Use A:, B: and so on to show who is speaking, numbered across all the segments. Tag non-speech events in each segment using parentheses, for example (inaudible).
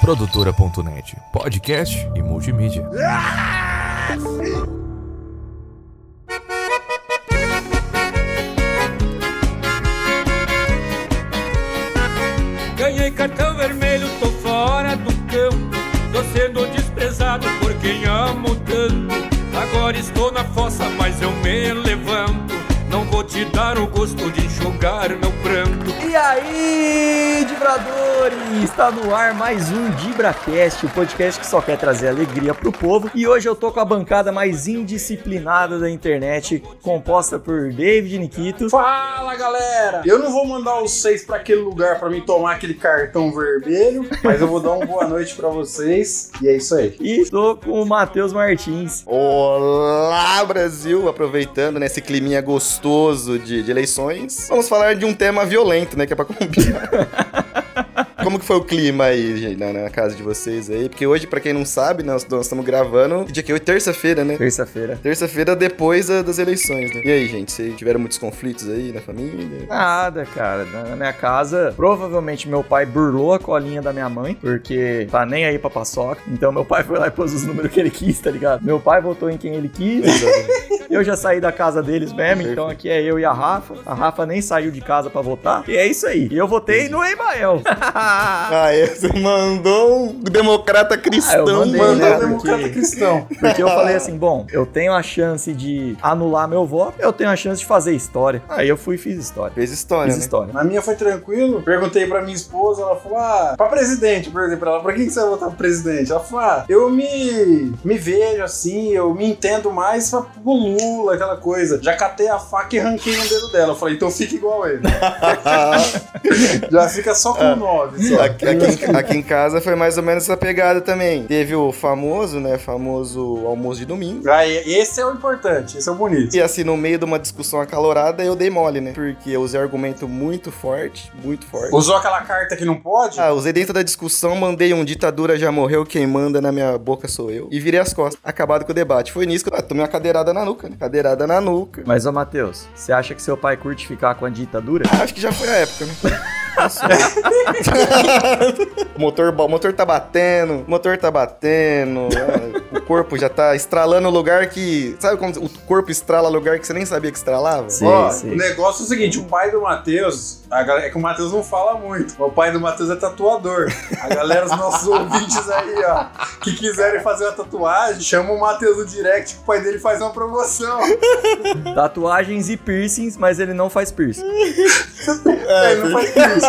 A: Produtora.net, podcast e multimídia.
B: Ganhei cartão vermelho, tô fora do campo. Tô sendo desprezado por quem amo tanto. Agora estou na fossa, mas eu me levanto. Não vou te dar o gosto de enxugar meu pranto.
C: E aí, Dibradores! Está no ar mais um DibraCast, o podcast que só quer trazer alegria pro povo. E hoje eu tô com a bancada mais indisciplinada da internet, composta por David Nikito.
D: Fala galera! Eu não vou mandar vocês pra aquele lugar pra mim tomar aquele cartão vermelho, mas eu vou dar uma boa noite pra vocês e é isso aí.
C: E tô com o Matheus Martins.
E: Olá, Brasil! Aproveitando nesse climinha gostoso de, de eleições, vamos falar de um tema violento, né? Que é pra combinar. Como que foi o clima aí, gente, na, na casa de vocês aí? Porque hoje, pra quem não sabe, nós, nós estamos gravando dia que hoje, terça-feira, né?
C: Terça-feira.
E: Terça-feira depois da- das eleições, né? E aí, gente, vocês tiveram muitos conflitos aí na família?
C: Nada, cara. Na na minha casa, provavelmente meu pai burlou a colinha da minha mãe, porque tá nem aí pra paçoca. Então meu pai foi lá e pôs os números que ele quis, tá ligado? Meu pai votou em quem ele quis. Eu já saí da casa deles mesmo, então aqui é eu e a Rafa. A Rafa nem saiu de casa pra votar. E é isso aí. E eu votei no Emael.
E: Ah, é, você mandou um democrata cristão, um-
C: mandei,
E: mano.
C: né?
D: Mandou o democrata
C: porque-
D: cristão.
C: Porque eu falei assim, bom, eu tenho a chance de anular meu voto, eu tenho a chance de fazer história. Aí eu fui e fiz história.
E: Fez história,
C: Fiz
E: né?
C: história.
D: Na minha foi tranquilo. Perguntei pra minha esposa, ela falou: Ah, pra presidente, eu perguntei pra ela, pra quem que você vai votar pro presidente? Ela falou: Ah, eu me, me vejo assim, eu me entendo mais pra pro Lula, aquela coisa. Já catei a faca e ranquei no dedo dela. Eu falei, então fica igual ele.
E: (laughs)
D: Já fica só com nove. Só.
E: Aqui, aqui em, aqui em casa foi mais ou menos essa pegada também. Teve o famoso, né? Famoso almoço de domingo.
D: Ah, e- esse é o importante, esse é o bonito.
E: E assim, no meio de uma discussão acalorada, eu dei mole, né? Porque eu usei argumento muito forte, muito forte.
D: Usou aquela carta que não pode?
E: Ah, usei dentro da discussão, mandei um ditadura já morreu, quem manda na minha boca sou eu. E virei as costas. Acabado com o debate. Foi nisso que eu ah, tomei uma cadeirada na nuca, né? Cadeirada na nuca.
C: Mas, ô Matheus, você acha que seu pai curte ficar com a ditadura?
E: Ah, Acho que já foi a época, né? Passou. (laughs) motor, ba- motor tá batendo, motor tá batendo, ah, o corpo já tá estralando o lugar que. Sabe quando o corpo estrala lugar que você nem sabia que estralava?
C: Sim.
D: Ó,
C: sim.
D: o negócio é o seguinte, o pai do Matheus, a galera- é que o Matheus não fala muito, mas o pai do Matheus é tatuador. A galera, os nossos (laughs) ouvintes aí, ó, que quiserem fazer uma tatuagem, chama o Matheus no direct que o pai dele faz uma promoção.
C: Tatuagens e piercings, mas ele não faz piercing.
D: É, não
E: (laughs)
D: faz isso.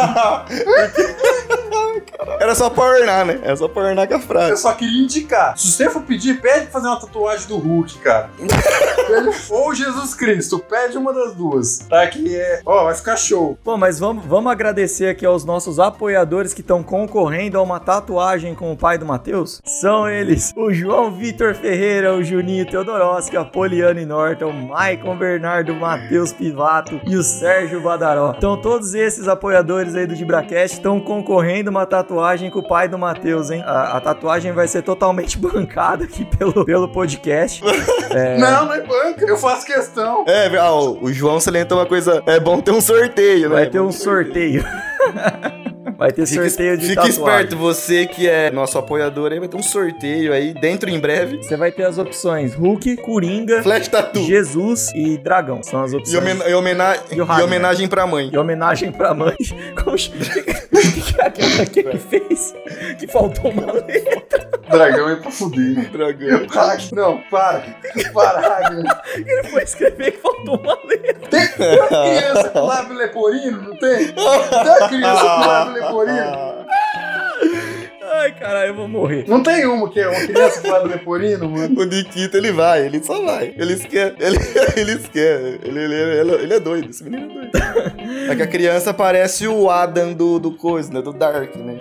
E: Era só pra ornar, né? Era só pra ornar com a
D: Eu
E: frase.
D: só queria indicar. Se você for pedir, pede pra fazer uma tatuagem do Hulk, cara. Pede- Ou Jesus Cristo, pede uma das duas. Tá que é. Ó, vai ficar show.
C: Bom, mas vamos, vamos agradecer aqui aos nossos apoiadores que estão concorrendo a uma tatuagem com o pai do Matheus. São eles o João Vitor Ferreira, o Juninho Teodoroski, a Poliane Norton, o Maicon Bernardo, o Matheus Pivato e o Sérgio Badaró. Então todos esses apoiadores aí do DibraCast estão concorrendo a uma tatuagem com o pai do Matheus, hein? A, a tatuagem vai ser totalmente (laughs) bancada aqui pelo, pelo podcast.
D: Não, não é banca. Eu faço questão.
E: É, ah, o o João salientou uma coisa. É bom ter um sorteio, né?
C: Vai ter um sorteio. (laughs) Vai ter
E: Fica,
C: sorteio de
E: fica
C: tatuagem.
E: esperto, você que é nosso apoiador aí, vai ter um sorteio aí dentro em breve.
C: Você vai ter as opções Hulk, Coringa,
E: Flash Tattoo.
C: Jesus e Dragão. São as
E: E,
C: opções.
E: homena- e homena-
C: E o
E: e
C: Ragnar.
E: homenagem pra mãe.
C: E homenagem pra mãe. (laughs) Como ch- que é aquela que ele fez? Que faltou uma letra.
D: Dragão é pra fuder.
E: Dragão.
D: Hack, não, para. Para, Hack.
C: Ele foi escrever que faltou uma letra.
D: Criança com lábio leporino, não tem? Tem criança com lábio leporino?
E: Ah,
C: Ai, caralho, eu vou morrer.
D: Não tem uma que é uma criança com lábio leporino, mano?
E: O Nikita, ele vai, ele só vai. Ele esquece. Ele, (laughs) ele esquece. Ele, ele, ele- ele é doido, esse menino é doido. É que a criança parece o Adam do, do coisa, né? Do Dark, né?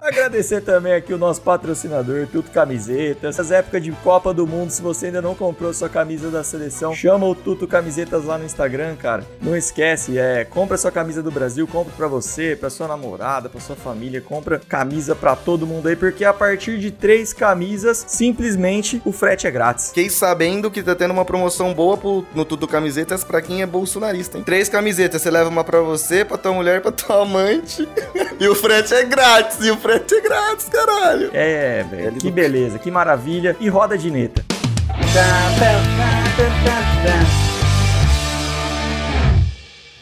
C: Agradecer também aqui o nosso patrocinador, Tuto Camisetas. Essas épocas de Copa do Mundo, se você ainda não comprou sua camisa da seleção, chama o Tuto Camisetas lá no Instagram, cara. Não esquece, é, compra sua camisa do Brasil, compra pra você, pra sua namorada, pra sua família, compra camisa pra todo mundo aí, porque a partir de três camisas, simplesmente o frete é grátis.
E: Fiquei sabendo que tá tendo uma promoção boa pro- no Tudo Camisetas pra quem é bolsonarista, hein? Três camisetas, você leva uma pra você, pra tua mulher, pra tua amante. (laughs) E o frete é grátis, e o frete é grátis, caralho.
C: É, velho, que beleza, que maravilha. E roda de neta.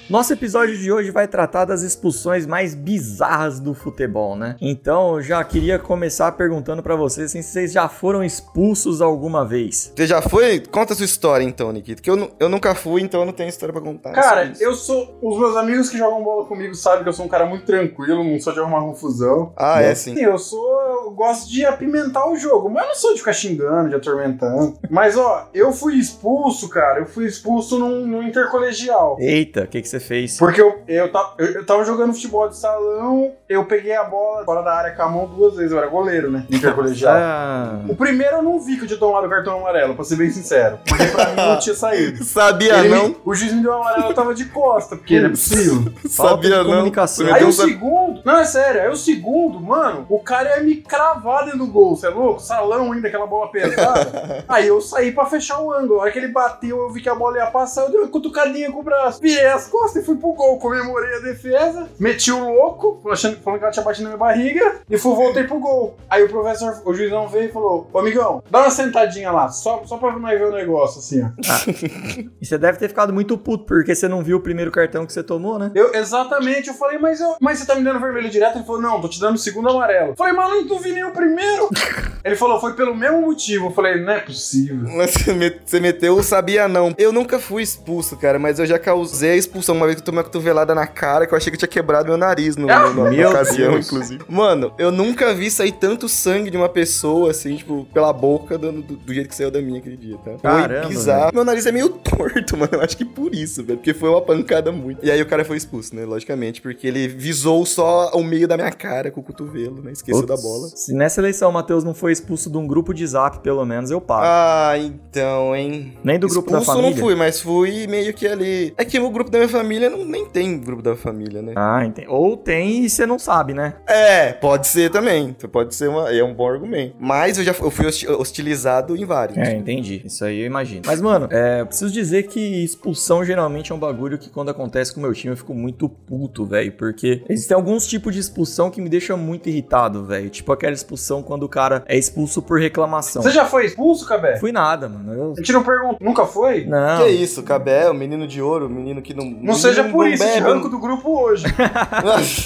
C: Nosso episódio de hoje vai tratar das expulsões mais bizarras do futebol, né? Então, eu já queria começar perguntando pra vocês assim, se vocês já foram expulsos alguma vez.
E: Você já foi? Conta a sua história então, Nikito. Que eu, nu- eu nunca fui, então eu não tenho história pra contar.
D: Cara,
E: sobre isso.
D: eu sou. Os meus amigos que jogam bola comigo sabem que eu sou um cara muito tranquilo, não sou de arrumar confusão.
E: Ah, é sim.
D: Sim, eu sou. Eu gosto de apimentar o jogo, mas eu não sou de ficar xingando, de atormentando. Mas, ó, eu fui expulso, cara. Eu fui expulso num, num intercolegial.
C: Eita, o que, que você fez?
D: Porque eu, eu, ta- eu, eu tava jogando futebol de salão, eu peguei a bola fora da área com a mão duas vezes, eu era goleiro, né? Intercolegial.
C: Ah,
D: O primeiro eu não vi que eu tinha tomado o cartão amarelo, pra ser bem sincero. Porque pra mim não tinha
E: (laughs)
D: saído.
E: Sabia
D: Ele-
E: não?
D: O juiz me deu uma amarela, eu tava de costa, porque não é possível.
C: falta
E: Sabia
C: de
E: não?
C: comunicação.
E: Primeiro
D: Aí
E: eu
D: o
E: sabia-
D: segundo. Não, é sério, aí o segundo, mano, o cara ia me cravar dentro do gol, você é louco? Salão ainda, aquela bola pesada. aí eu saí pra fechar o ângulo. A hora que ele bateu, eu vi que a bola ia passar, eu dei uma cutucadinha com o braço. Virei as costas e fui pro gol. Comemorei a defesa, meti o louco, achando, falando que ela tinha batido na minha barriga, e fui, voltei pro gol. Aí o professor, o juizão veio e falou: Ô amigão, dá uma sentadinha lá, só, só pra nós ver o negócio, assim, ó.
C: E você deve ter ficado muito puto porque você não viu o primeiro cartão que você tomou, né?
D: Eu, exatamente, eu falei, mas, eu, mas você tá me dando vermelho direto? Ele falou, não, tô te dando o segundo amarelo. Eu falei, mas eu não vi nem o
C: (laughs)
D: primeiro. Ele falou, foi pelo mesmo motivo. Eu falei, não é possível.
E: Mas Você me- você meteu o sabia não. Eu nunca fui expulso, cara, mas eu já causei a expulsão uma vez que eu tomei uma cotovelada na cara que eu achei que eu tinha quebrado meu nariz no, no- na- na
C: Ah, meu
E: ocasião,
C: Deus.
E: inclusive. Mano, eu nunca vi sair tanto sangue de uma pessoa, assim, tipo, pela boca do, do- do jeito que saiu da minha aquele dia, tá?
C: Caramba,
E: Foi bizarro. Meu nariz é meio (laughs) torto, mano. Eu acho que por isso, velho. Porque foi uma pancada muito. E aí o cara foi expulso, né? Logicamente, porque ele visou só o meio da minha cara com o cotovelo, né? Esqueceu da
C: Putz,
E: bola.
C: Se nessa eleição o Matheus não foi expulso de um grupo de zap, pelo menos, eu paro.
E: Ah, então, hein?
C: Nem do grupo da
E: Expulso
C: família.
E: não fui, mas fui meio que ali. É que o grupo da minha família não, nem tem grupo da família, né?
C: Ah, entendi. Ou tem e você não sabe, né?
E: É, pode ser também. Então Pode ser uma, é um bom argumento. Mas eu já eu fui hosti- hostilizado em vários.
C: É, entendi. Isso aí eu imagino. Mas, mano, é, eu preciso dizer que expulsão geralmente é um bagulho que quando acontece com o meu time eu fico muito puto, velho. Porque existem alguns tipos de expulsão que me deixam muito irritado, velho. Tipo aquela expulsão quando o cara é expulso por
E: (laughs)
C: reclamação.
D: Você já foi expulso, Cabé?
C: Fui nada, mano. Eu-
D: A gente não pergunta, nunca foi?
C: Não.
E: Que é isso, Cabé, o menino de ouro, o menino que não.
D: Não seja por isso, eu te
E: bebe,
D: arranco
E: não...
D: do grupo hoje.
C: (laughs)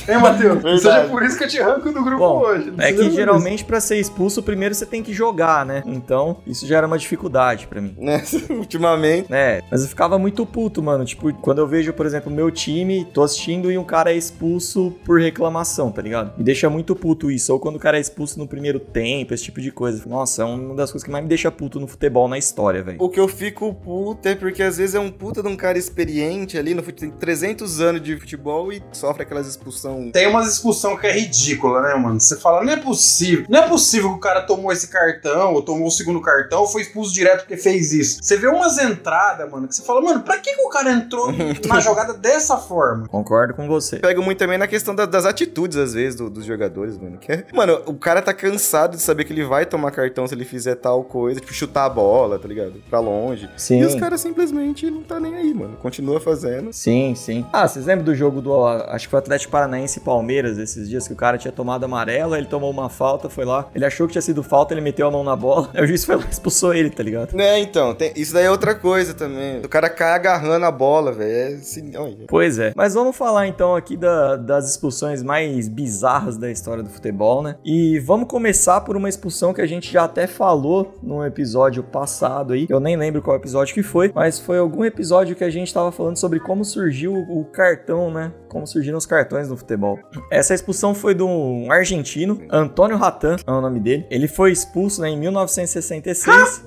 D: Hein, Matheus? Não
E: Verdade.
D: seja por isso que eu te arranco do grupo
C: Bom,
D: hoje. Não
C: É
D: seja
C: que
D: por
C: geralmente pra ser expulso, primeiro você tem que jogar, né? Então, isso gera uma dificuldade pra mim.
E: (laughs) né? (laughs) Ultimamente.
C: É, mas eu ficava muito puto, mano. Tipo, quando eu vejo, por exemplo, meu time, tô assistindo e um cara é expulso por reclamação, tá ligado? Me deixa muito puto isso. Ou quando o cara é expulso no primeiro tempo, esse tipo de coisa. Nossa, é uma das coisas que mais me deixa puto no futebol, na história, velho.
E: O que eu fico puto é porque às vezes é um puta de um cara experiente ali, no fute- tem 300 anos de futebol e sofre aquelas expulsão.
D: Tem umas expulsão que é ridícula, né, mano? Você fala, não é possível. Não é possível que o cara tomou esse cartão, ou tomou o segundo cartão, ou foi expulso direto porque fez isso. Você vê umas entradas, mano, que você fala, mano, pra que, que o cara entrou na jogada dessa forma?
C: Concordo com você.
E: pego muito também na questão da- das atitudes, às vezes, do- dos jogadores, mano. Que é- Mano, o cara tá cansado de saber que ele vai tomar cartão se ele fizer tal coisa, tipo, chutar a bola, tá ligado? Pra longe.
C: Sim.
E: E os caras simplesmente não tá nem aí, mano. Continua fazendo.
C: Sim, sim. Ah, vocês lembram do jogo do. Acho que foi Atlético Paranaense e Palmeiras esses dias que o cara tinha tomado amarelo, ele tomou uma falta, foi lá. Ele achou que tinha sido falta, ele meteu a mão na bola. (laughs) Aí o juiz foi lá e expulsou ele, tá ligado?
E: Né, então, tem- isso daí é outra coisa também. O cara cai agarrando a bola, velho. É assim, olha.
C: Pois é. Mas vamos falar então aqui da- das expulsões mais bizarras da história do futebol, né? E vamos começar por uma expulsão que a gente já até falou num episódio passado aí. Eu nem lembro qual episódio que foi, mas foi algum episódio que a gente tava falando sobre como surgiu o cartão, né? Como surgiram os cartões no futebol. Essa expulsão foi de um argentino, Antônio Ratan, é o nome dele. Ele foi expulso né, em 1966 (laughs)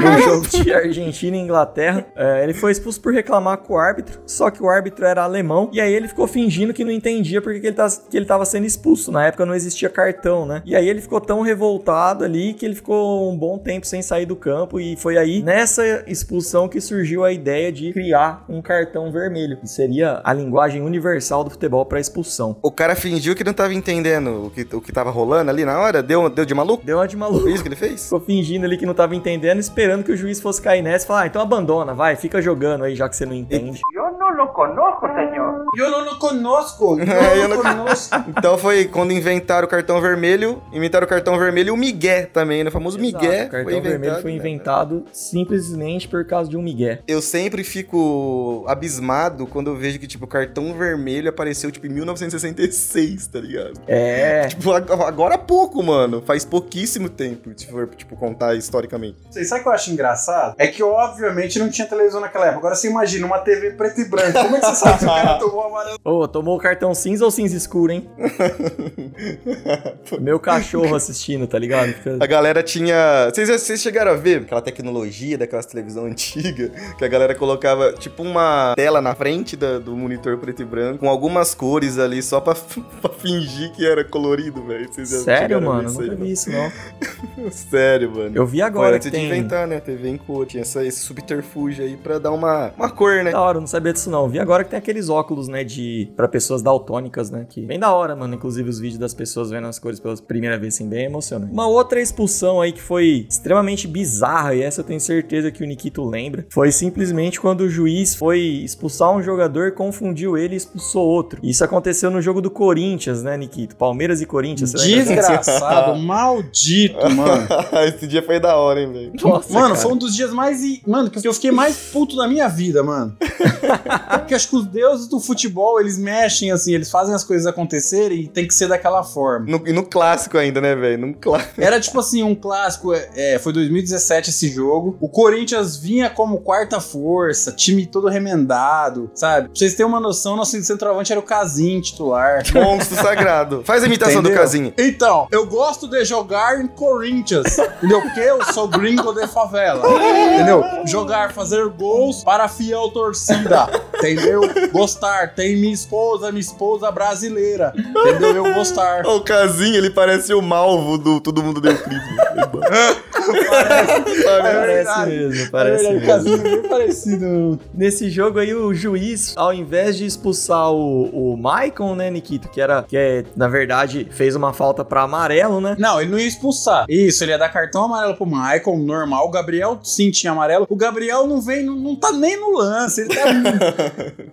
C: no jogo de Argentina e Inglaterra. É, ele foi expulso por reclamar com o árbitro, só que o árbitro era alemão, e aí ele ficou fingindo que não entendia porque que ele, tá, que ele tava sendo expulso. Na época não existia cartão, né? E aí ele ficou tão revoltado ali que ele ficou um bom tempo sem sair do campo, e foi aí, nessa expulsão, que surgiu a ideia de criar um cartão vermelho, que seria a linguagem universal do futebol para expulsão.
E: O cara fingiu que não tava entendendo o que, o que tava rolando ali na hora, deu, deu de maluco?
C: Deu uma de maluco. (laughs)
E: Foi isso que ele fez?
C: Ficou fingindo ali que não tava entendendo, esperando que o juiz fosse cair nessa e falar, ah, então abandona, vai, fica jogando aí, já que você não entende.
D: Eu não conosco.
E: É, eu
D: Eu
E: não-
D: não conosco.
E: Então foi quando inventaram o cartão vermelho, inventaram o cartão vermelho e o Migué também, né? O famoso Migué.
C: o cartão vermelho foi
E: né?
C: inventado simplesmente por causa de um migué.
E: Eu sempre fico abismado quando eu vejo que, tipo, o cartão vermelho apareceu, tipo, em 1966, tá ligado?
C: É,
E: Tipo, ag- agora há pouco, mano. Faz pouquíssimo tempo, se for, tipo, contar historicamente.
D: Vocês sabem o que eu acho engraçado? É que, obviamente, não tinha televisão naquela época. Agora você imagina uma TV preto e branco. Como é que você sabe se o cara tomou amarelo?
C: ô, tomou o cartão cinza ou cinza escuro, hein? Meu cachorro assistindo, tá ligado? Fica-
E: A galera tinha. Vocês, vocês chegaram a ver aquela tecnologia daquelas televisão (laughs) antiga que a galera colocava tipo uma tela na frente da- do monitor preto e branco com algumas cores ali só pra, (laughs) pra fingir que era colorido, velho. Vocês já
C: Sério,
E: chegaram a ver
C: mano?
E: isso
C: Nunca vi isso, não.
E: aí, mano? Sério, mano.
C: Eu vi
E: Foi
C: agora que
E: antes de
C: tem...
E: inventar, né? TV em cor. Tinha essa- esse subterfúgio aí pra dar uma, uma cor, né?
C: É
E: (laughs)
C: Da hora, eu não sabia disso não. Vi agora que tem aqueles óculos, né, de para pessoas daltônicas, né, que bem da hora, mano, inclusive os vídeos das pessoas vendo as cores pela primeira vez assim, bem emocionante. Uma outra expulsão aí que foi extremamente bizarra e essa eu tenho certeza que o Nikito lembra, foi simplesmente quando o juiz foi expulsar um jogador, confundiu ele e expulsou outro. Isso aconteceu no jogo do Corinthians, né, Nikito? Palmeiras e Corinthians, você lembra?
D: Desgraçado, maldito, mano.
E: Ah, esse dia foi da hora, hein, velho.
C: Nossa,
D: mano,
C: cara.
D: foi um dos dias mais. i- Mano, que eu fiquei mais puto da minha
C: (laughs)
D: vida, mano. Porque acho que os deuses do futebol, eles mexem assim, eles fazem as coisas acontecerem e tem que ser daquela forma.
E: No- E no clássico ainda, né, velho? Num
C: (laughs)
E: clássico.
D: Era tipo assim, um clássico. É, é, foi 2017 esse jogo. O Corinthians vinha como quarta força, time todo remendado, sabe? Pra vocês terem uma noção, nosso centroavante era o Casim, titular.
E: Monstro sagrado. Faz a imitação do
D: Entendeu?
E: Casinho.
D: Então, eu gosto de jogar em Corinthians, entendeu? Porque eu sou gringo de favela, entendeu? Jogar, fazer gols para a fiel torcida, entendeu? Gostar, tem minha esposa, minha esposa brasileira, entendeu? Eu gostar.
E: Ó, O Casinho, ele parece o malvo do Todo Mundo Deu Crise.
C: Parece mesmo, parece
D: É
C: mesmo.
D: verdade, o Casimiro é parecido.
C: Nesse jogo aí, o juiz, ao invés de expulsar o, o Maicon, né, Nikito, que era, que é, na verdade, fez uma falta pra amarelo, né?
D: Não, ele não ia expulsar. Isso, ele ia dar cartão amarelo pro Michael, normal. O Gabriel, sim, tinha amarelo. O Gabriel não vem, não, não tá nem no lance. Ele tá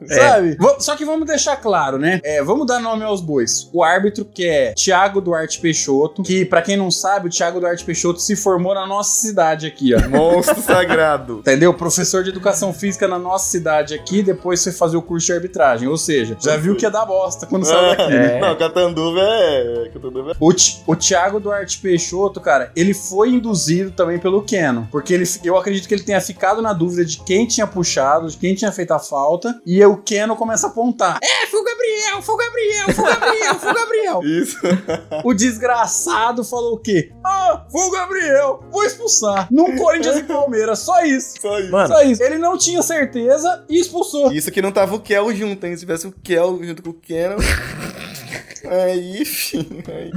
D: É. Sabe? Va- Só que vamos deixar claro, né? É, vamos dar nome aos bois. O árbitro que é Thiago Duarte Peixoto, que pra quem não sabe, o Thiago Duarte Peixoto se formou na nossa cidade aqui, ó.
E: Monstro sagrado.
D: Entendeu? Professor de educação física na nossa cidade aqui, depois foi fazer o curso de arbitragem. Ou seja, já viu que ia dar bosta
E: Um
D: quando saiu
E: (laughs)
D: daqui.
C: É.
E: Ah, Não, Catanduva é... Catanduva é...
D: O, Ti- o Thiago Duarte Peixoto, cara, ele foi induzido também pelo Keno. Porque ele, eu acredito que ele tenha ficado na dúvida de quem tinha puxado, de quem tinha feito a falta. E aí o Keno começa a apontar. É, foi o Gabriel, foi o Gabriel, foi o Gabriel, foi o
E: (laughs)
D: Gabriel.
E: é Isso.
D: O desgraçado falou o quê? Ah, foi o Gabriel, vou expulsar. Num Corinthians e Palmeiras, só isso.
E: Só isso.
C: Mano,
D: Só isso. Ele não tinha certeza e expulsou.
E: Isso que não tava o Kel junto, hein? Se tivesse o Kel junto com o Kenan... Aí, enfim. Aí,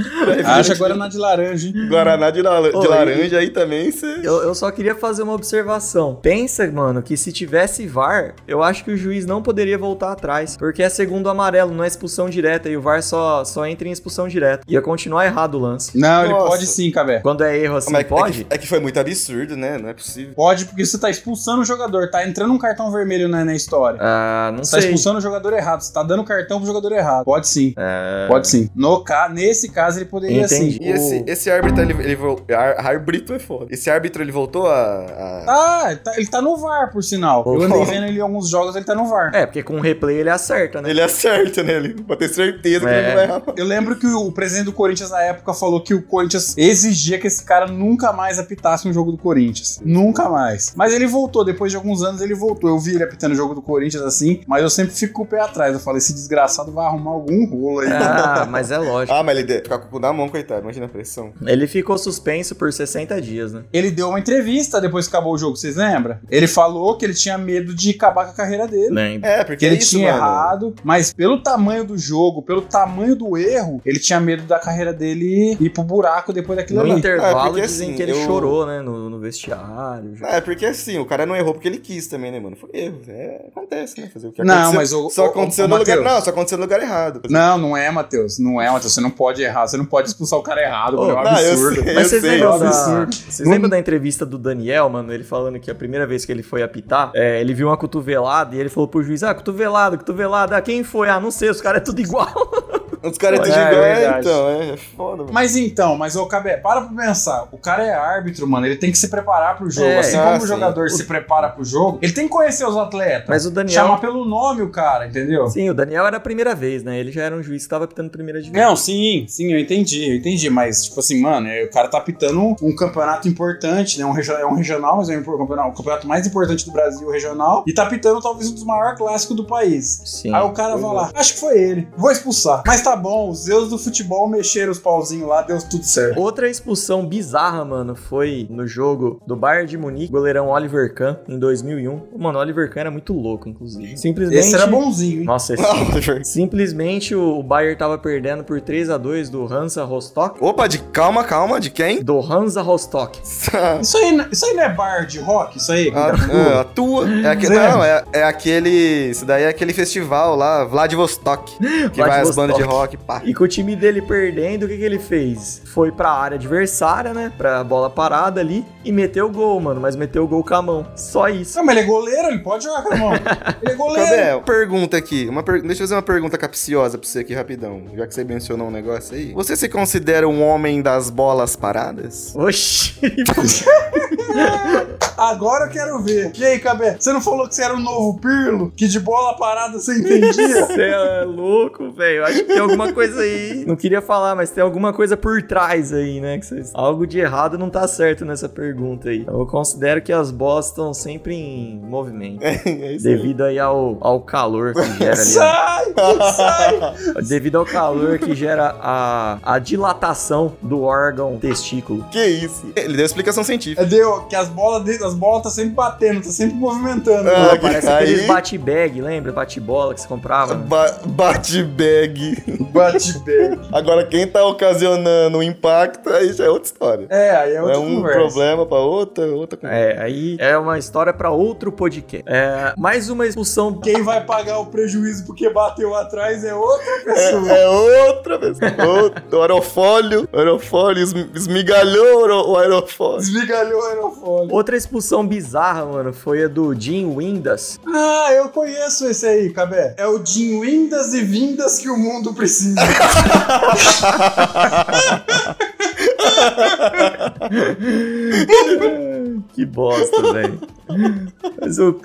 D: Acha agora na de laranja, hein?
E: Guaraná de, la- de
C: Oi.
E: laranja aí também, você...
C: eu, eu só queria fazer uma observação. Pensa, mano, que se tivesse VAR, eu acho que o juiz não poderia voltar atrás. Porque é segundo amarelo, não é expulsão direta. E o VAR só, só entra em expulsão direta. Ia continuar errado o lance.
D: Não, ele
E: Nossa.
D: pode sim, Cabé.
C: Quando é erro assim,
E: Mas é que-
C: pode?
E: É que, é que foi muito absurdo, né? Não é possível.
D: Pode, porque você tá expulsando o jogador, tá entrando um cartão vermelho na, na história.
C: Ah, não
D: Você tá
C: sei.
D: expulsando o jogador errado, você tá dando cartão pro jogador errado. Pode sim. Pode sim. No ca... Nesse caso, ele poderia
C: Entendi.
D: sim.
E: E esse, esse árbitro, ele, ele vol- ar- Árbitro é foda. Esse árbitro, ele voltou a- a...
D: Ah, ele tá- ele tá no VAR, por sinal.
C: Oh.
D: Eu andei vendo ele em alguns jogos, ele tá no VAR.
C: É, porque com o replay ele acerta, né?
E: Ele acerta, né? Ele, pra ter certeza que
C: É.
E: ele não vai errar.
D: Eu lembro que o presidente do Corinthians na época falou que o Corinthians exigia que esse cara nunca mais apitasse um jogo do Corinthians. Nunca mais. Mas ele voltou, depois de alguns anos ele voltou. Eu vi ele apitando o jogo do Corinthians assim, mas eu sempre fico com o pé atrás. Eu falei, esse desgraçado vai arrumar algum rolo aí.
C: Ah, mas é lógico.
E: Ah, mas ele deve ficar com o cu na mão, coitado. Imagina a pressão.
C: Ele ficou suspenso por 60 dias, né?
D: Ele deu uma entrevista depois que acabou o jogo, vocês lembram? Ele falou que ele tinha medo de acabar com a carreira dele.
C: Lembro.
E: É, porque
D: Que ele
E: é isso,
D: tinha
E: mano.
D: errado, mas pelo tamanho do jogo, pelo tamanho do erro, ele tinha medo da carreira dele ir pro buraco depois daquilo
C: No
D: ali.
E: Ah,
C: intervalo
E: porque
C: dizem
E: assim,
C: que ele
E: eu-
C: chorou, né? No, no vestiário.
E: Ah, É, porque assim, o cara não errou porque ele quis também, né, mano? Foi erro. É, acontece, né? Fazer o que
D: Não,
E: aconteceu.
D: mas o-
E: Só
D: o-
E: aconteceu
D: o
E: no lugar.
D: Matheus.
E: Não, só aconteceu no lugar errado.
D: Não, não é, Matheus. Não é, Matheus. Você não pode errar. Você não pode expulsar o cara errado.
C: Oh,
D: porque é um
E: não, eu
D: absurdo.
E: sei.
C: Mas vocês
E: sei,
C: lembram,
D: é um
C: da...
D: absurdo.
C: vocês lembram da entrevista do Daniel, mano? Ele falando que a primeira vez que ele foi apitar, é, ele viu uma cotovelada e ele falou pro juiz: Ah, cotovelada, cotovelada. Ah, quem foi? Ah, não sei, os caras é tudo
E: (laughs)
C: igual.
E: Os caras
D: É,
E: tudo igual,
D: é
E: é,
D: verdade.
E: então, é foda, mano.
D: Mas então, mas ô Cabé, para pra pensar. O cara é árbitro, mano. Ele tem que se preparar pro jogo.
C: É,
D: assim
E: ah,
D: como
E: sim.
D: o jogador se prepara pro jogo, ele tem que conhecer os atletas.
C: Mas o Daniel.
D: Chamar pelo nome o cara, entendeu?
C: Sim, o Daniel era a primeira vez, né? Ele já era um juiz que tava apitando primeira divisão.
D: Não, sim, sim, eu entendi, eu entendi. Mas, tipo assim, mano, é, o cara tá pitando um, um campeonato importante, né? Um regi- é um regional, mas é um impor- campeonato, o campeonato mais importante do Brasil, o regional. E tá pitando talvez um dos maiores clássicos do
E: É.
D: país.
C: Sim.
E: Ah,
D: Aí o cara vai lá, acho que foi ele, vou expulsar. Mas tá bom, os deuses do futebol mexeram os pauzinhos lá, deu tudo certo.
C: Outra expulsão bizarra, mano, foi no jogo do Bayern de Munique, goleirão Oliver Kahn, em 2001. Mano, o Oliver Kahn era muito louco, inclusive. Simplesmente...
D: Esse era bonzinho, hein?
C: Nossa, esse... Simplesmente o o Bayern tava perdendo por 3 a 2 do Hansa Rostock.
E: (laughs) Opa, de calma, calma, de quem?
D: (laughs)
C: Do Hansa Rostock.
D: Isso aí, n- isso aí não é bar de rock, isso aí?
E: A, ah, a tua. É aque-
D: Zé.
E: não, é, é aquele. Isso daí é aquele festival lá, Vladivostok. Que vai as
C: Vladivostok.
E: bandas de rock, pá.
C: E com o time dele perdendo, o que, que ele fez? Foi pra área adversária, né? Pra bola parada ali. E meteu o gol, mano. Mas meteu o gol com a mão. Só isso.
D: Não, mas ele é goleiro, ele pode jogar com a mão. (laughs) Ele é goleiro.
E: Cadê? Pergunta aqui. Uma per- Deixa eu fazer uma pergunta capciosa pra você aqui rapidão. Já que você mencionou um negócio aí. Você se considera um homem das bolas paradas? (laughs)
C: Oxi.
D: Agora eu quero ver. E aí, Cabé, você não falou que você era o novo Pirlo? Que de bola parada
C: (laughs)
D: você
E: (laughs)
D: entendia?
C: Você é louco, velho. Acho que tem alguma coisa aí. Não queria falar, mas tem alguma coisa por trás aí, né? que vocês- Algo de errado não tá certo nessa pergunta aí. Eu considero que as bolas estão sempre em movimento.
E: É isso aí.
C: Devido aí ao, ao calor que gera
E: Tá
C: ali. né?
D: sai, sai!
C: Devido ao calor que gera a, a dilatação do órgão testículo.
E: Que isso? Ele deu explicação científica.
D: É, Deu, que as bolas dele, as bolas tá sempre batendo, tá sempre movimentando.
E: Ah,
D: Pô,
E: que-
D: parece-
C: Parece aqueles
E: Aí-
C: bate-bag, lembra? Bate-bola que você comprava. né?
E: Ba bate bag.
D: Bate bem.
E: Agora, quem tá ocasionando o impacto, aí já é outra história.
D: É, aí é outra
E: É um
D: conversa.
E: problema pra outra, outra conversa.
C: É, aí é uma história pra outro podcast. É, mais uma expulsão
D: Quem vai pagar o prejuízo porque bateu atrás é outra pessoa.
E: É, é outra vez. Outro, o aerofólio, o aerofólio, esmi- esmigalhou o aero- o
D: (laughs)
E: aerofólio.
D: Desmigalhou o aerofólio.
C: Outra expulsão bizarra, mano, foi a do Jim Windas.
D: Ah, eu conheço esse aí, Cabé. É o Jim Windas e Vindas que o mundo precisa.
C: que bosta, velho. Mas o,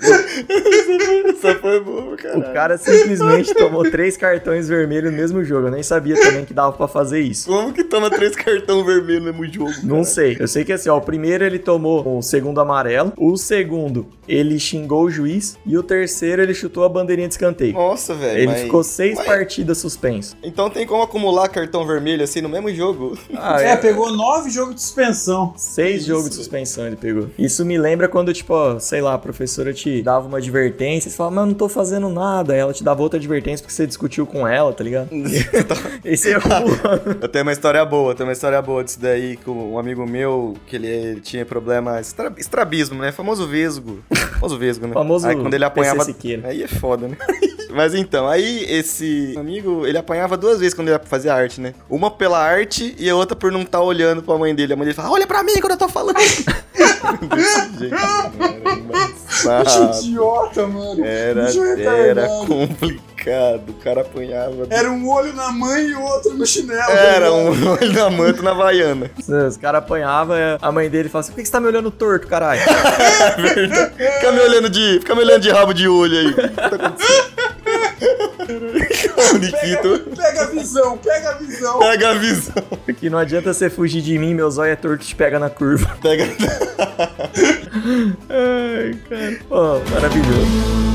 E: Essa foi boa,
C: o
E: cara.
C: cara simplesmente tomou três cartões vermelhos no mesmo jogo. Eu nem sabia também que dava pra fazer isso.
E: Como que toma três cartão vermelho no mesmo jogo?
C: Não sei. Eu sei que assim, ó, o primeiro ele tomou o segundo amarelo, o segundo ele xingou o juiz e o terceiro ele chutou a bandeirinha de escanteio.
E: Nossa, velho.
C: Ele
E: mas-
C: ficou seis
E: mas-
C: partidas suspenso.
E: Então tem como acumular cartão vermelho assim no mesmo jogo?
C: Ah,
D: é, pegou nove jogos de suspensão.
C: (laughs) Seis
E: Isso.
C: jogos de suspensão ele pegou. Isso me lembra quando, tipo, ó, sei lá, a professora te dava uma advertência, você falava, mas eu não tô fazendo nada. Aí ela te dava outra advertência porque você discutiu com ela, tá ligado? (laughs) Esse é o.
E: Eu tenho uma história boa, tenho uma história boa disso daí com um amigo meu, que ele, ele tinha problema estra- estrabismo, né? Famoso vesgo. Famoso vesgo, né?
C: famoso.
E: Aí quando ele
C: PC
E: apanhava
C: Siqueira.
E: Aí é foda, né? (laughs) Mas então, aí esse amigo, ele apanhava duas vezes quando ele fazia arte, né? Uma pela arte e a outra por não estar olhando pra mãe dele. A mãe dele fala, olha pra mim quando eu tô falando. (laughs) Desse jeito, cara,
D: Que
E: embaçado.
D: idiota, mano.
E: Ah, Era,
D: Bicho é
E: era
D: retardado.
E: complicado. O cara apanhava.
D: Era um olho na mãe e outro no chinelo. tá
E: Era
D: ligado?
E: um olho na manta na vaiana.
C: Os caras apanhavam, a mãe dele falava assim: por que que você tá me olhando torto, caralho?
E: Fica me olhando de, fica me olhando de rabo de olho aí. O que tá (laughs) acontecendo? O Nikito
D: Pega a visão, pega a visão.
E: pega a visão.
C: Porque não adianta você fugir de mim, meu zóio é torto te pega na curva.
E: Pega
C: Ai, cara. Ó, maravilhoso.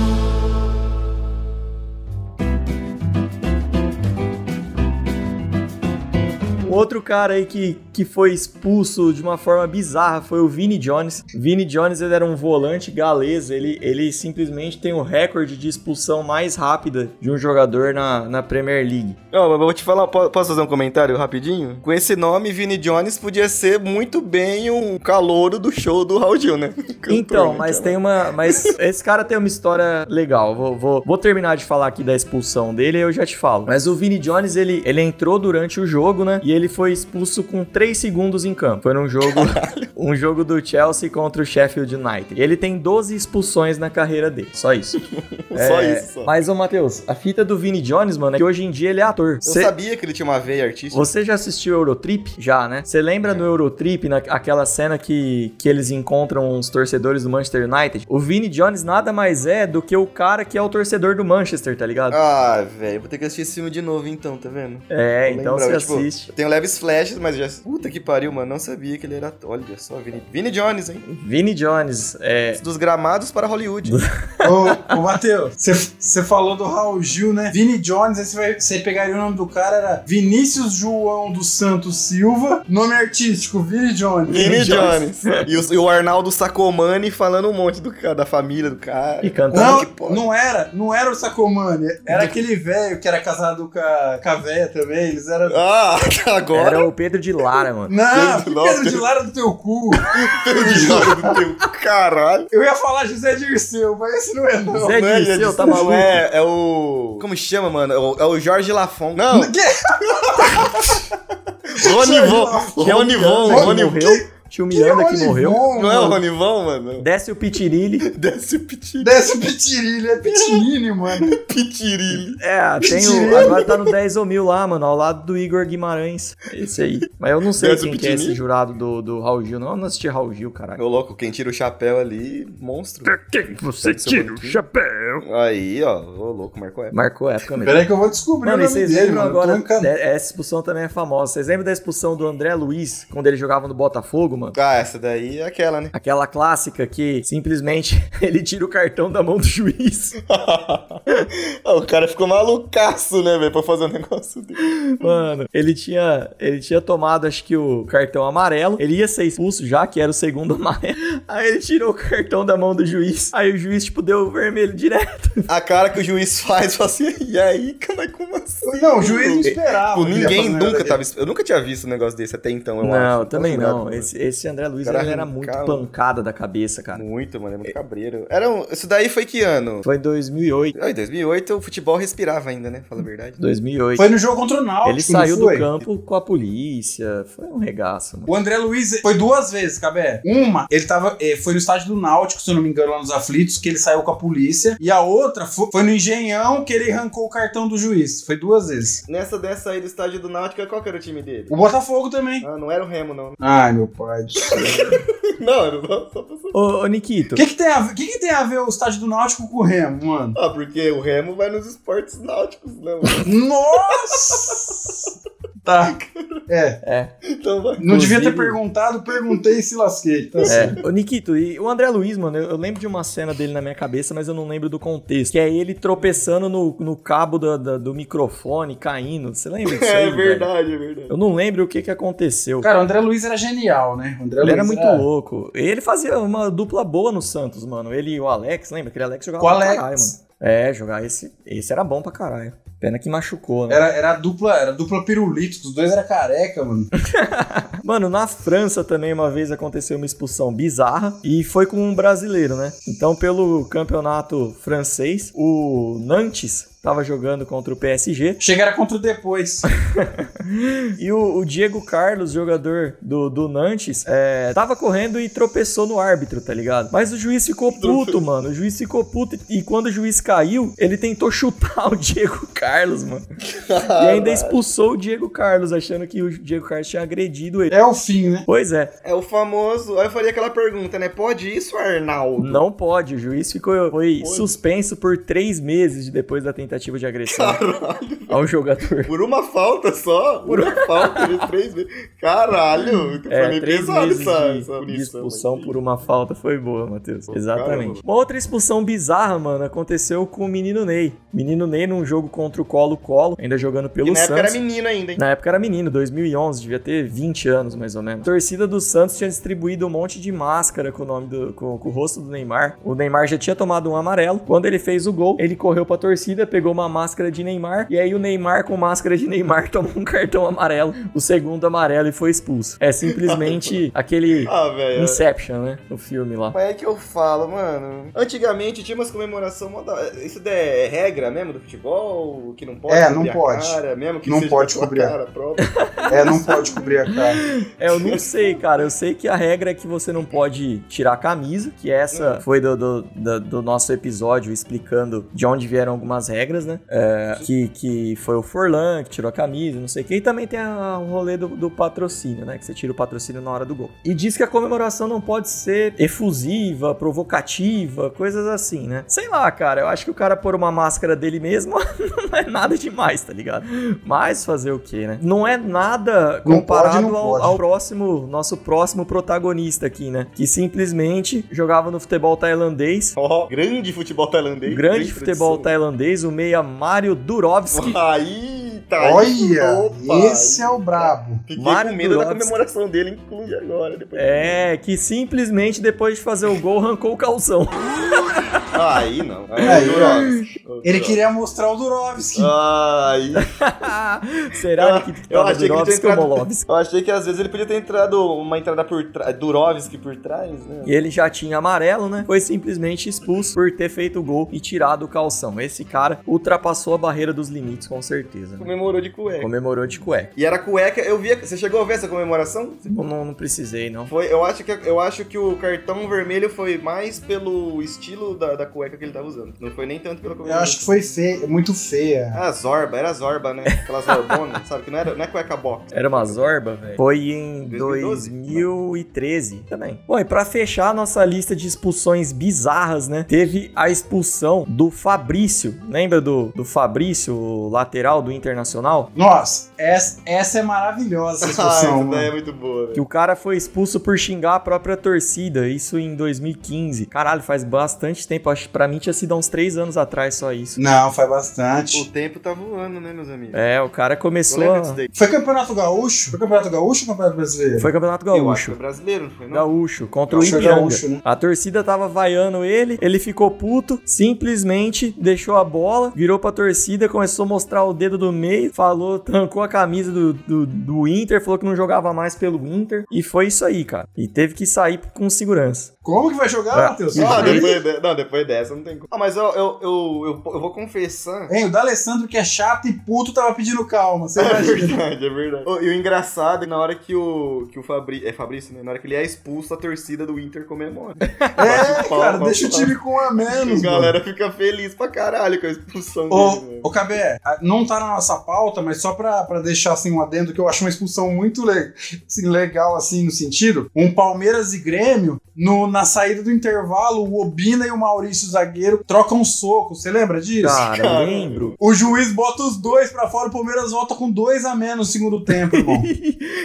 C: Outro cara aí que, que foi expulso de uma forma bizarra foi o Vini Jones. Vini Jones ele era um volante galês, ele, ele simplesmente tem o recorde de expulsão mais rápida de um jogador na, na Premier League.
E: Não, mas vou te falar, po- posso fazer um comentário rapidinho? Com esse nome, Vini Jones podia ser muito bem um calouro do show do Raul Gil, né? Cantor,
C: então,
E: né,
C: mas
E: cara?
C: tem uma.
E: (laughs)
C: Mas esse cara tem uma história legal. Vou, vou, vou terminar de falar aqui da expulsão dele e eu já te falo. Mas o Vini Jones, ele, ele entrou durante o jogo, né? E ele foi expulso com 3 segundos em campo. Foi num jogo. (laughs) um jogo do Chelsea contra o Sheffield United. Ele tem 12 expulsões na carreira dele. Só isso.
E: (laughs) Só
C: É,
E: isso. Só.
C: Mas, ô Matheus, a fita do Vini Jones, mano, é que hoje em dia ele é ator.
E: Eu
C: Cê-
E: sabia que ele tinha uma veia artística.
C: você já assistiu Eurotrip? Já, né? Você lembra do Eurotrip, na, aquela cena que, que eles encontram os torcedores do Manchester United? O Vini Jones nada mais é do que o cara que é o torcedor do Manchester, tá ligado?
E: Ah, velho, vou ter que assistir esse filme de novo então, tá vendo?
C: é, então você
E: Lembrava, tipo,
C: assiste.
E: Eu tenho leves flashes, mas já. Puta que pariu, mano. Não sabia que ele era. Olha só, Vini, Vini Jones, hein?
C: Vini Jones, é.
E: Dos gramados
C: (laughs)
E: para Hollywood.
D: Ô, ô Matheus, você falou do Raul Gil, né? Vini Jones, aí você vai- você pegaria o nome do cara, era Vinícius João dos Santos Silva, nome artístico, Vini Jones.
E: Vini Jones. e, o, e o Arnaldo Sacomani falando um monte do cara, da família do cara.
C: E cantando.
D: Não,
E: que pode?
D: não era, não era o Sacomani, era aquele velho que era casado com a, com a véia também, eles eram...
E: Ah, (laughs) agora.
C: Era o Pedro de Lara, mano.
D: Não,
E: Pedro
D: que
E: Lopes.
D: Pedro de Lara do teu cu.
E: Vini Jones do teu (laughs) caralho.
D: Eu ia falar José Dirceu, mas esse não é não.
C: Zé
E: Não é,
C: Dirceu,
E: Jadson,
C: tá maluco?
E: É, é o. Como chama, mano? É o, é o Jorge Lafon. Não!
D: (laughs)
E: Ronivon!
C: Tio
E: Ronivon!
C: Miranda que é né?
E: Ronivon!
C: morreu. Tio Miranda que morreu.
E: Não é o Ronivon, mano?
C: Desce o Pitirilli.
E: Desce o piti-
D: Desce o pitirilho, é pitirine, mano.
E: pitirilho.
C: É, tem o.
D: Pitirilli.
C: Agora tá no 10 ou mil lá, mano, ao lado do Igor Guimarães. Esse aí. Mas eu não sei
E: Desce o
C: quem que é esse
E: Pitirilli?
C: jurado do, do Raul Gil, não. Eu não assisti Raul Gil, caralho.
E: Meu louco, quem tira o chapéu ali, monstro.
A: Quem você
E: Deve ser tira o bonitinho.
A: chapéu?
E: Aí, ó, ô louco, marcou época.
C: Marcou época mesmo.
D: Peraí que eu vou descobrir
C: Mano,
D: o
C: e
D: nome
C: vocês
D: dele,
C: lembram
D: mano. eu tô
C: agora.
D: encantado.
C: é- Essa expulsão também é famosa. Vocês lembram da expulsão do André Luiz quando ele jogava no Botafogo, mano?
E: Ah, essa daí é aquela, né?
C: Aquela clássica que simplesmente (laughs) ele tira o cartão da mão do juiz.
E: (laughs) Ah, o cara ficou malucaço, né, velho, pra fazer um negócio dele.
C: Mano, ele tinha, ele tinha tomado, acho que o cartão amarelo. Ele ia ser expulso já, que era o segundo (laughs) amarelo. Aí ele tirou o cartão da mão do juiz. Aí o juiz, tipo, deu o vermelho direto.
E: A cara que o juiz faz, (laughs)
C: (laughs)
E: fala assim, e aí, cara, como assim?
D: Não, o juiz não esperava.
E: Tipo,
D: que ele ia
E: ninguém
D: fazer um
E: nunca
D: negócio
E: tava. Eu nunca tinha visto um negócio desse até então, eu acho.
C: Não, também
E: Obrigado,
C: não.
E: mano.
C: Esse, esse André Luiz,
E: Cara
C: ele era muito
E: arrancava.
C: pancada da cabeça, cara.
E: Muito, mano, é muito cabreiro. Era um... Isso daí foi que ano?
C: Foi em 2008.
E: Ah, Em 2008 o futebol respirava ainda, né? Fala a verdade.
C: 2008.
D: Foi no jogo contra o Náutico,
C: Ele saiu
D: não
C: do
D: foi?
C: campo com a polícia. Foi um regaço, mano.
D: O André Luiz foi duas vezes, Cabé. Uma, ele tava. eh, Foi no estádio do Náutico, se eu não me engano, lá nos aflitos, que ele saiu com a polícia. E a outra fo- foi no Engenhão que ele arrancou o cartão do juiz. Foi duas vezes.
E: Nessa dessa aí do estádio do Náutica, qual que era o time (laughs) dele?
D: O Botafogo também.
E: Ah, não era o Remo, não.
D: Ai, meu pai. do céu.
E: (laughs) Não, era só, só pra...
C: Ô, ô Nikito.
D: O que, que, tem a ver- o que, que tem a ver o estádio do Náutico com o Remo, mano?
E: Ah, porque o Remo vai nos esportes náuticos, né? mano?
D: Nossa! tá. É.
E: (laughs) Então vai.
D: Não devia ter
C: Inclusive-
D: perguntado, perguntei e se lasquei. Tá certo.
C: É. Ô, Nikito, e o André Luiz, mano, eu, eu lembro de uma cena dele na minha cabeça, mas eu não lembro do contexto. Que é ele tropeçando no, no cabo da- da- do microfone, caindo. Você lembra disso? aí,
E: É
C: velho?
E: verdade, é verdade.
C: Eu não lembro o que, que aconteceu.
D: Cara, o André Luiz era genial, né? O André
C: ele
D: Luiz
C: era muito
E: é.
C: louco. Ele fazia uma dupla boa no Santos, mano. Ele e o Alex, lembra? Aquele Alex jogava
D: Com o
C: pra
D: Alex.
C: caralho, mano. É, jogar esse. Esse era bom pra caralho. Pena que machucou, né?
D: Era, era a dupla, era a dupla pirulito, os dois eram careca, mano.
C: Mano, na França também uma vez aconteceu uma expulsão bizarra e foi com um brasileiro, né? Então, pelo campeonato francês, o Nantes tava jogando contra o PSG
D: Chegaram contra o depois.
C: e o, o Diego Carlos, jogador do, do Nantes, é, tava correndo e tropeçou no árbitro, tá ligado? Mas o juiz ficou puto, mano. O juiz ficou puto e quando o juiz caiu, ele tentou (laughs) chutar o Diego Carlos, mano. E ainda expulsou o Diego Carlos, achando que o Diego Carlos tinha agredido ele.
D: É o fim, né?
C: Pois é,
E: É o famoso. Aí eu faria aquela pergunta, né? Pode isso, Arnaldo?
C: Não pode, o juiz ficou, foi
E: Pode.
C: suspenso por três meses depois da tentativa de agressão
E: Tá. Caralho.
C: ao jogador.
E: Por uma falta só? Por uma falta de três meses. Caralho. (laughs) Foi
C: É,
E: meio
C: três
E: pesado
C: meses
E: essa,
C: de,
E: essa
C: de
E: punição
C: expulsão
E: aí.
C: por uma falta foi boa, Matheus.
E: Pô,
C: Exatamente.
E: caramba.
C: Uma outra expulsão bizarra, mano, aconteceu com o menino Ney. Menino Ney num jogo contra o pro Colo-Colo, ainda jogando pelo
E: E na
C: Santos.
E: época era menino ainda, hein?
C: Na época era menino, 2011, devia ter 20 anos mais ou menos. A torcida do Santos tinha distribuído um monte de máscara com o nome do, com, com o rosto do Neymar. O Neymar já tinha tomado um amarelo. Quando ele fez o gol, ele correu pra torcida, pegou uma máscara de Neymar e aí o Neymar com máscara de Neymar (laughs) tomou um cartão amarelo, o segundo amarelo e foi expulso. É simplesmente aquele
E: Ah, velho.
C: Inception, né? O filme lá.
E: Mas é que eu falo, mano. Antigamente tinha umas comemoração mó da- Isso daí é regra mesmo do futebol? Que não pode
D: É,
E: cobrir
D: não pode.
E: A cara, mesmo que
D: Não
E: seja
D: pode
E: da tua
D: cobrir a-
E: cara própria. (laughs)
D: É, não pode cobrir a cara.
C: É, eu não sei, cara. Eu sei que a regra é que você não pode tirar a camisa, que essa foi do, do, do- do nosso episódio explicando de onde vieram algumas regras, né? É, que, que foi o Forlan que tirou a camisa, não sei o quê. E também tem a- o rolê do, do patrocínio, né? Que você tira o patrocínio na hora do gol. E diz que a comemoração não pode ser efusiva, provocativa, coisas assim, né? Sei lá, cara. Eu acho que o cara pôr uma máscara dele mesmo (laughs) não é nada demais, tá ligado? Mas fazer o quê, né? Não é nada
D: Não
C: comparado
D: pode, não
C: ao,
D: pode.
C: ao próximo, nosso próximo protagonista aqui, né? Que simplesmente jogava no futebol tailandês.
E: Ó, grande futebol tailandês.
C: grande futebol
E: tradição.
C: tailandês, o meia Mário Durovski.
E: Aí, tá.
D: Olha,
E: Opa,
D: esse é o brabo.
E: Fiquei
C: Mário
E: com medo da
C: Durovski.
E: comemoração dele, inclusive agora. Depois
C: É, que simplesmente depois de fazer o gol arrancou o
E: (laughs)
C: calção.
E: Aí não. Aí,
D: Aí,
E: Durovski.
D: É,
E: Ô,
D: Ele
E: Durovski.
D: queria mostrar o Durovski. (laughs)
E: Aí.
C: Será que
E: Eu
C: tava
E: achei
C: Durovski
E: que ele tinha
C: ou
E: entrado-
C: Molovski?
E: Eu achei que às vezes ele podia ter entrado uma entrada por trás. Durovski por trás, né?
C: E ele já tinha amarelo, né? Foi simplesmente expulso por ter feito o gol e tirado o calção. Esse cara ultrapassou a barreira dos limites, com certeza. né?
E: Comemorou de cueca.
C: Comemorou de cueca.
E: E era cueca, eu via. Você chegou a ver essa comemoração?
C: Não, não, não precisei, não.
E: Foi, eu, acho que, eu acho que o cartão vermelho foi mais pelo estilo da, da cueca que ele tava usando. Não foi nem tanto pela
D: Eu acho que foi feia, muito feia.
E: Ah, Zorba, era Zorba, né? Aquela Zorbona, (laughs) sabe? Que não, era, não é cueca box.
C: Era uma zorba, velho. Foi em
E: 2012?
C: 2013 também. Bom, e pra fechar a nossa lista de expulsões bizarras, né? Teve a expulsão do Fabrício. Lembra do, do Fabrício, o lateral do Internacional?
D: Nossa, essa, essa é maravilhosa essa
E: Ah,
D: expressão, né?
E: essa
C: né?
E: daí é
D: mano.
E: muito boa,
C: Que
E: velho.
C: o cara foi expulso por xingar a própria torcida. Isso em 2015. Caralho, faz bastante tempo. Acho que pra mim tinha sido há uns 3 anos atrás só isso.
D: Não, faz bastante.
E: O tempo tá voando, né, meus amigos?
C: É, o cara
E: Eu
C: começou.
E: lembro disso
C: A...
E: daí.
D: Foi Campeonato Gaúcho? Foi Campeonato Gaúcho ou Campeonato Brasileiro?
C: Foi Campeonato
E: Eu acho que
C: Gaúcho. né?
E: foi brasileiro, não foi? Não?
C: Gaúcho contra o
D: Acho que é
C: Ipiranga.
D: gaúcho, né?
C: A torcida tava vaiando ele, ele ficou puto, simplesmente deixou a bola, virou pra torcida, começou a mostrar o dedo do meio, falou, trancou a camisa do, do, do Inter, falou que não jogava mais pelo Inter, e foi isso aí, cara. E teve que sair com segurança.
D: Como que vai jogar,
C: Ah,
D: Matheus?
E: Ah,
D: Fala aí.
E: depois, de- não, depois dessa não tem como. Ah, mas eu, eu, eu, eu, eu vou confessar.
D: Hein, o D'Alessandro, que é chato e puto, tava pedindo calma. Você
E: (laughs) É (laughs)
D: imagina?
E: verdade, é verdade. Ô, E o engraçado é que na hora que o, que o Fabri, é Fabrício, né? Na hora que ele é expulso, a torcida do Inter comemora.
D: É,
E: pau,
D: cara,
E: (laughs) bate
D: deixa o
E: pau.
D: time com um a menos,
E: A
D: mano.
E: galera fica feliz pra caralho com a expulsão dele.
D: Ô,
E: velho.
D: ô Cabé, a- não tá na nossa pauta, mas só pra, pra deixar assim um adendo que eu acho uma expulsão muito le- assim, legal, assim, no sentido. Um Palmeiras e Grêmio, no, na saída do intervalo, o Obina e o Maurício Zagueiro trocam um soco. Você lembra disso?
C: Cara,
E: cara.
C: eu lembro.
D: O juiz bota os dois pra fora, o Palmeiras volta com dois a menos no segundo tempo, irmão.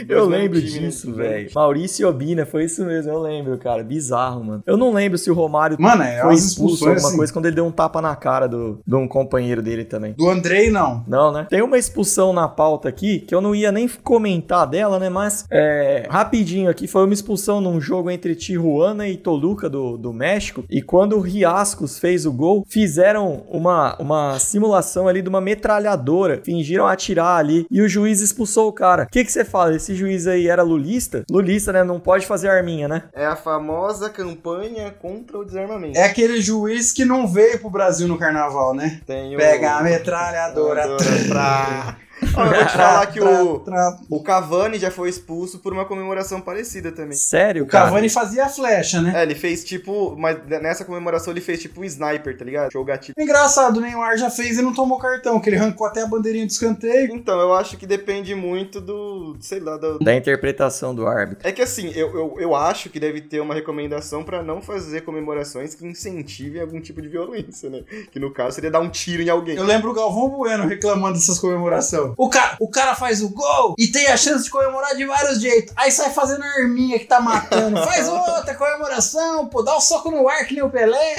C: Eu
E: Dois
C: lembro
E: times, né?
C: disso, velho. Maurício e Obina, foi isso mesmo, eu lembro, cara. Bizarro, mano. Eu não lembro se o Romário
D: Mano, é
C: foi
D: umas
C: expulso alguma
D: expulsões assim.
C: coisa quando ele deu um tapa na cara do, de um companheiro dele também.
D: Do Andrei, não.
C: Não, né? Tem uma expulsão na pauta aqui que eu não ia nem comentar dela, né? Mas é, rapidinho aqui foi uma expulsão num jogo entre Tijuana e Toluca do, do México. E quando o Riascos fez o gol, fizeram uma, uma simulação ali de uma metralhadora, fingiram atirar ali e o juiz expulsou o cara. O que que você fala? Esse juiz aí era lulista? Lulista, né? Não pode fazer arminha, né?
E: É a famosa campanha contra o desarmamento.
D: É aquele juiz que não veio pro Brasil no carnaval, né?
E: Tem o-
D: Pega a metralhadora.
E: (laughs) pra... Ó, eu vou te falar que o,
D: Tra- tra-
E: o Cavani já foi expulso por uma comemoração parecida também.
C: Sério,
D: O
C: cara?
D: Cavani fazia a flecha, né?
E: (laughs) É, ele fez tipo. Mas nessa comemoração ele fez tipo um sniper, tá ligado? Show gatilho.
D: É Engraçado, o Neymar já fez e não tomou cartão, que ele arrancou até a bandeirinha do escanteio.
E: Então, eu acho que depende muito do. Sei lá, do,
C: Da interpretação do árbitro.
E: É que assim, eu, eu, eu acho que deve ter uma recomendação pra não fazer comemorações que incentivem algum tipo de violência, né? Que no caso seria dar um tiro em
D: (laughs)
E: alguém.
D: Eu lembro o Galvão Bueno reclamando dessas comemorações. O cara, o cara faz o gol e tem a chance de comemorar de vários jeitos. Aí sai fazendo a arminha que tá matando.
E: (laughs)
D: Faz outra comemoração, pô, dá o um soco no ar que nem o Pelé.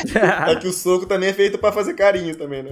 E: É que o soco também é feito pra fazer carinho também, né?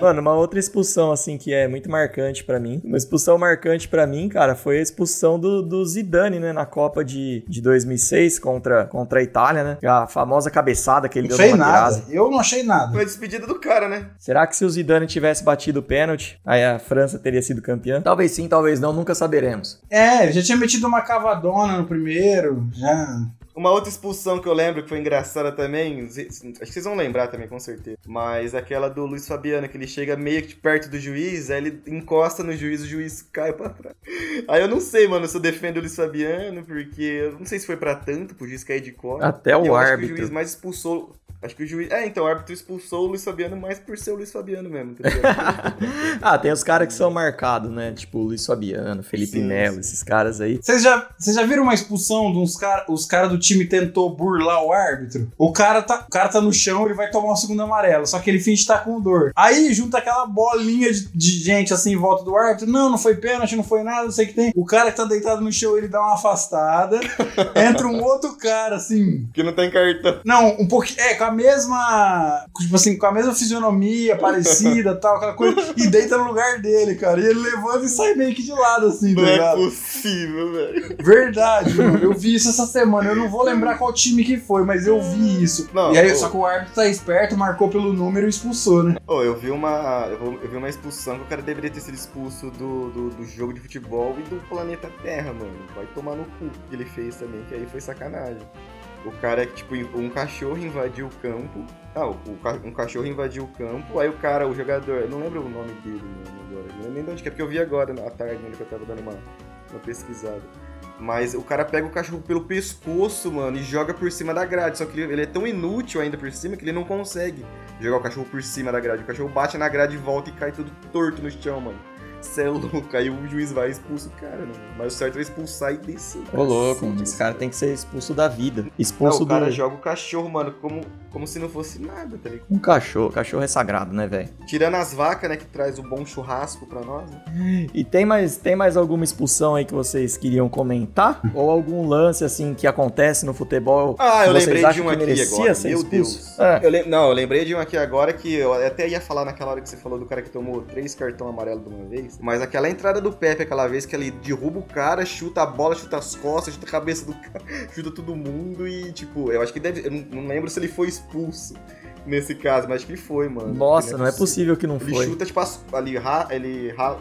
C: Mano, uma outra expulsão, assim, que é muito marcante pra mim. Uma expulsão marcante pra mim, cara, foi a expulsão do, do Zidane, né? Na Copa de, de 2006 contra, contra a Itália, né? A famosa cabeçada que ele
D: Não
C: deu
D: achei
C: no Materazzi.
D: nada. Eu não achei nada.
E: Foi a despedida do cara, né?
C: Será que se o Zidane tivesse batido o pênalti, aí a França teria sido campeã? Talvez sim, talvez não, nunca saberemos.
D: É, eu já tinha metido uma cavadona no primeiro, já.
E: Uma outra expulsão que eu lembro que foi engraçada também, acho que vocês vão lembrar também, com certeza. Mas aquela do Luiz Fabiano, que ele chega meio que perto do juiz, aí ele encosta no juiz, o juiz cai pra trás. Aí eu não sei, mano, se eu defendo o Luiz Fabiano, porque eu não sei se foi pra tanto, pro juiz cair de costas.
C: Até o
E: eu Acho que o
C: árbitro.
E: juiz mais expulsou. Acho que o juiz. É, então, o árbitro expulsou o Luiz Fabiano mais por ser o Luiz Fabiano mesmo, tá ligado?
C: (laughs) ah, tem os caras que são marcados, né? Tipo o Luiz Fabiano, Felipe
E: Sim,
C: Melo,
E: sim.
C: esses caras aí.
D: Vocês já, vocês já viram uma expulsão de uns cara, os caras do time tentou burlar o árbitro? O cara, tá, o cara tá no chão, ele vai tomar o segundo amarelo, só que ele finge estar com dor. Aí junta aquela bolinha de, de gente assim em volta do árbitro. Não, não foi pênalti, não foi nada, não sei o que tem. O cara que tá deitado no chão, ele dá uma afastada. entra um outro cara assim,
E: Porque não tem cartão.
D: não, um pouquinho. É, com a mesma. Tipo assim, com a mesma fisionomia parecida (laughs) tal, aquela coisa. E deita no lugar dele, cara. E ele levanta e sai meio que de lado, assim, tá
E: Não é
D: ligado?
E: possível, velho.
D: Verdade, mano. Eu vi isso essa semana. Eu não
E: (laughs)
D: vou lembrar qual time que foi, mas eu vi isso.
E: Não,
D: e aí,
E: eu-
D: só que o árbitro tá esperto, marcou pelo número e expulsou, né?
E: Ô, eu vi uma. Eu, vou- eu vi uma expulsão que o cara deveria ter sido expulso do, do, do jogo de futebol e do planeta Terra, mano. Vai tomar no cu que ele fez também, que aí foi sacanagem. O cara é que, tipo, um cachorro invadiu o campo. Ah, o, o ca- um cachorro invadiu o campo, aí o cara, o jogador, eu não lembro o nome dele, mano, agora. Não lembro nem de onde que é, porque eu vi agora à tarde, né, que eu tava dando uma, uma pesquisada. Mas o cara pega o cachorro pelo pescoço, mano, e joga por cima da grade. Só que ele, ele é tão inútil ainda por cima que ele não consegue jogar o cachorro por cima da grade. O cachorro bate na grade e volta e cai tudo torto no chão, mano. Cê é louco. Aí o juiz vai e expulsa o cara, né? Mas o certo é expulsar e descer.
C: Ô, louco, mano, esse cara tem que ser expulso da vida. Expulso
E: Não, o cara
C: do.
E: joga o cachorro, mano, como, como se não fosse nada, tá ligado?
C: Um cachorro. Cachorro é sagrado, né, velho?
E: Tirando as vacas, né, que traz o bom churrasco pra nós, né?
C: E tem mais, tem mais alguma expulsão aí que vocês queriam comentar? Ou algum lance, assim, que acontece no futebol?
E: Hum. Ah, eu
C: que vocês
E: lembrei de
C: acham
E: um
C: que
E: aqui
C: merecia
E: agora.
C: ser
E: Meu
C: expulso?
E: Deus.
C: Ah.
E: Eu lem- Não, eu lembrei de um aqui agora que eu até ia falar naquela hora que você falou do cara que tomou três cartão amarelo de uma vez. Mas aquela entrada do Pepe, aquela vez que ele derruba o cara, chuta a bola, chuta as costas, chuta a cabeça do cara, (laughs) chuta todo mundo e, tipo, eu acho que deve. Eu não, não lembro se ele foi expulso nesse caso, mas acho que ele foi, mano.
C: Nossa, não é possível que não
E: Ele
C: foi.
E: chuta, tipo, as, ali, ra, ele rala.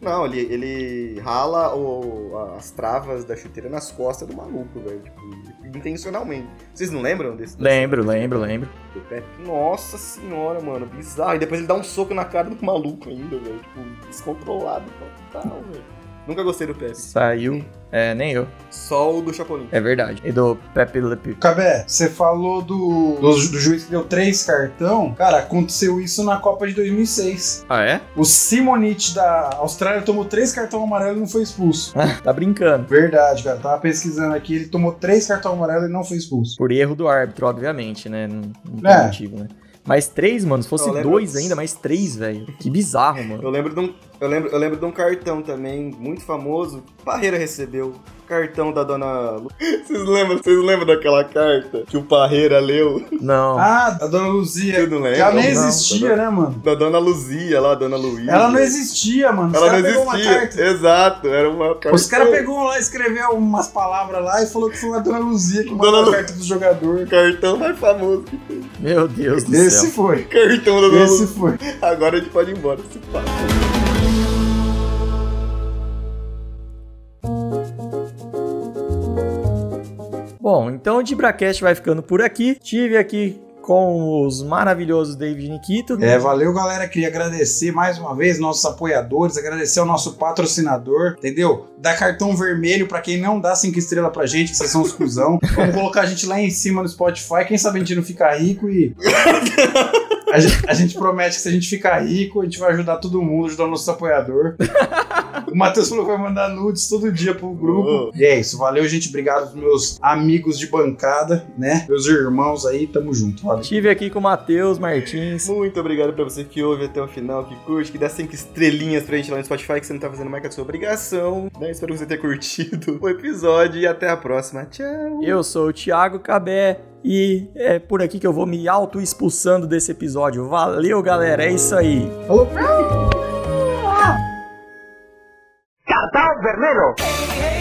E: Não, ele, ele rala o, as travas da chuteira nas costas do maluco, velho. Tipo, intencionalmente. Vocês não lembram desse?
C: Lembro, lembro, lembro.
E: do Pepe? Nossa senhora, mano, bizarro. E depois ele dá um soco na cara do maluco ainda, velho. Tipo, descontrolado total, velho. Nunca gostei do Pepe.
C: Saiu. É, nem eu.
E: Só o do Chapolin.
C: É verdade. E do Pepe Le Pew.
D: Cabé, você falou do, do, do juiz que deu três cartão. Cara, aconteceu isso na Copa de 2006.
C: Ah, é?
D: O Simonite da Austrália tomou três cartão amarelo e não foi expulso.
C: Tá brincando.
D: Verdade, cara. Tava pesquisando aqui, ele tomou três cartões amarelos e não foi expulso.
C: Por erro do árbitro, obviamente, né? Não, não tem
D: É.
C: motivo, né? Mas três, mano. Se fosse
E: Eu lembro-
C: dois ainda, mais três, velho. Que bizarro, mano.
E: Eu lembro de um, eu lembro, eu lembro de um cartão também, muito famoso. Parreira recebeu. Cartão da dona. Lu- (laughs) Vocês lembram, vocês lembram daquela carta que o Parreira leu?
C: Não.
D: Ah, a dona Luzia.
E: Vocês não
D: Que
E: lembram?
D: ela nem
C: não,
D: existia, né, mano?
E: Da dona Luzia lá, dona Luísa.
D: Ela não existia, mano. Os
E: Ela
D: caras
E: não
D: pegou uma carta.
E: existia. Exato, era uma carta.
D: Os caras pegou lá, escreveu umas palavras lá e falou que foi a dona Luzia que mandou
E: Dona
D: a
E: Lu-
D: carta do jogador.
E: O cartão mais famoso.
C: Meu Deus do
D: Esse
C: céu.
D: foi.
E: Cartão da dona
D: Esse
E: Luzia.
D: foi.
E: Agora a gente pode ir embora. Se pá.
C: Bom, então o Dibracast vai ficando por aqui. Tive aqui com os maravilhosos David né? e Nikito.
D: É, valeu, galera. Queria agradecer mais uma vez nossos apoiadores, agradecer ao nosso patrocinador, entendeu? Dá cartão vermelho pra quem não dá cinco estrelas pra gente, que vocês são os cuzão. Vamos colocar a gente lá em cima no Spotify. Quem sabe a gente não fica rico e A gente, a gente promete que se a gente ficar rico, a gente vai ajudar todo mundo, ajudar o nosso apoiador. O Matheus falou que vai mandar nudes todo dia pro grupo. E é isso, valeu, gente. Obrigado pros meus amigos de bancada, né? Meus irmãos aí, tamo junto. Valeu.
C: Estive aqui com o Matheus Martins.
E: Muito obrigado pra você que ouve até o final, que curte, que dá cinco estrelinhas pra gente lá no Spotify, que você não tá fazendo mais que a sua obrigação. Né? Espero que você tenha curtido o episódio e até a próxima. Tchau!
C: Eu sou o Thiago Cabé e é por aqui que eu vou me auto-expulsando desse episódio. Valeu, galera. É isso aí.
F: Cartão vermelho.